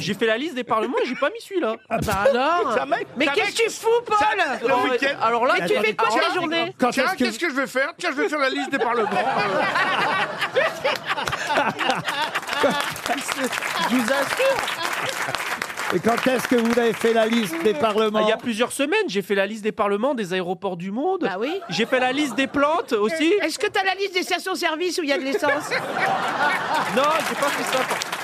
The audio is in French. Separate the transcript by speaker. Speaker 1: J'ai fait la liste des parlements et j'ai pas mis celui-là.
Speaker 2: Ah bah alors
Speaker 3: Ça mec-
Speaker 2: Mais
Speaker 3: ça
Speaker 2: qu'est-ce
Speaker 3: mec-
Speaker 2: que tu fous, Paul
Speaker 3: Le week-end.
Speaker 1: Alors là,
Speaker 2: Mais tu fais quoi
Speaker 1: alors
Speaker 2: de
Speaker 1: là,
Speaker 2: la journée
Speaker 4: Quand
Speaker 3: Tiens,
Speaker 4: est-ce que...
Speaker 3: qu'est-ce que je vais faire Tiens, je vais faire la liste des parlements. Euh,
Speaker 2: Je vous assure
Speaker 4: Et quand est-ce que vous avez fait la liste des parlements
Speaker 1: Ah, Il y a plusieurs semaines, j'ai fait la liste des parlements, des aéroports du monde.
Speaker 2: Bah oui. Bah
Speaker 1: J'ai fait la liste des plantes aussi.
Speaker 2: Est-ce que t'as la liste des stations-service où il y a de l'essence
Speaker 1: Non, j'ai pas fait ça. par-